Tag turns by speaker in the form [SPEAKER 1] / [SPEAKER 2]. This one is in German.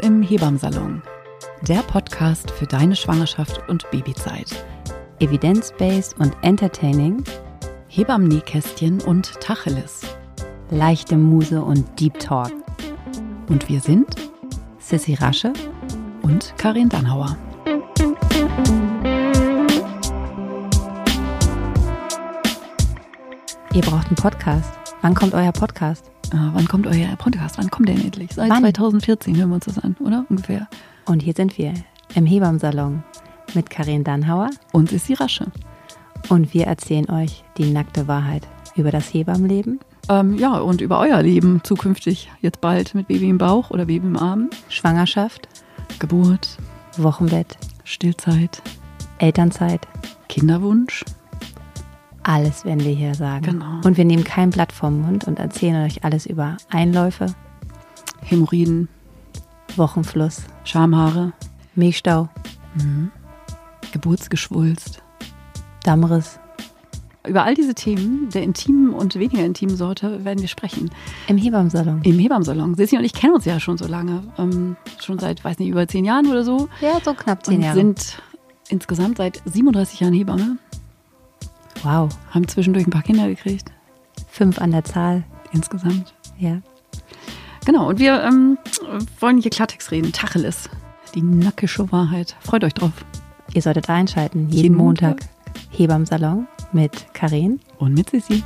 [SPEAKER 1] zum Hebammsalon, der Podcast für deine Schwangerschaft und Babyzeit.
[SPEAKER 2] Evidenzbased und entertaining,
[SPEAKER 1] Hebammen-Nähkästchen und Tacheles.
[SPEAKER 2] leichte Muse und Deep Talk.
[SPEAKER 1] Und wir sind
[SPEAKER 2] Sissy Rasche,
[SPEAKER 1] und Karin Dannhauer.
[SPEAKER 2] ihr braucht einen Podcast. Wann kommt euer Podcast?
[SPEAKER 1] Äh, wann kommt euer Podcast? Wann kommt der denn endlich? Seit
[SPEAKER 2] Wann?
[SPEAKER 1] 2014 hören wir uns das an, oder? Ungefähr.
[SPEAKER 2] Und hier sind wir im Hebammsalon mit Karin Dannhauer
[SPEAKER 1] Und ist die Rasche.
[SPEAKER 2] und wir erzählen euch die nackte Wahrheit über das Hebammenleben,
[SPEAKER 1] Ähm, ja, und über euer Leben zukünftig, jetzt bald mit Baby im Bauch oder Baby im Arm,
[SPEAKER 2] Schwangerschaft,
[SPEAKER 1] Geburt,
[SPEAKER 2] Wochenbett,
[SPEAKER 1] Stillzeit,
[SPEAKER 2] Elternzeit.
[SPEAKER 1] Kinderwunsch.
[SPEAKER 2] Alles werden wir hier sagen.
[SPEAKER 1] Genau.
[SPEAKER 2] Und wir nehmen kein Blatt vom Mund und erzählen euch alles über Einläufe,
[SPEAKER 1] Hämorrhoiden,
[SPEAKER 2] Wochenfluss,
[SPEAKER 1] Schamhaare,
[SPEAKER 2] Milchstau,
[SPEAKER 1] Geburtsgeschwulst.
[SPEAKER 2] Dammriss
[SPEAKER 1] Über all diese Themen der intimen und weniger intimen Sorte werden wir sprechen.
[SPEAKER 2] im Hebammsalon.
[SPEAKER 1] Im Hebammsalon. Sissi und ich kennen uns ja schon so lange. Ähm, schon seit, weiß nicht, über zehn Jahren oder so.
[SPEAKER 2] Ja, so knapp
[SPEAKER 1] Und sind insgesamt seit 37 Jahren Hebamme.
[SPEAKER 2] Wow,
[SPEAKER 1] Haben zwischendurch ein paar Kinder gekriegt.
[SPEAKER 2] fünf an der Zahl.
[SPEAKER 1] Insgesamt.
[SPEAKER 2] Ja.
[SPEAKER 1] Genau. Und wir ähm, wollen hier Klartext reden. Tacheles. Die nackische Wahrheit. Freut euch drauf.
[SPEAKER 2] Ihr solltet einschalten, jeden,
[SPEAKER 1] Jeden
[SPEAKER 2] Montag. Montag Hebammsalon mit Karin
[SPEAKER 1] Und mit Sissi.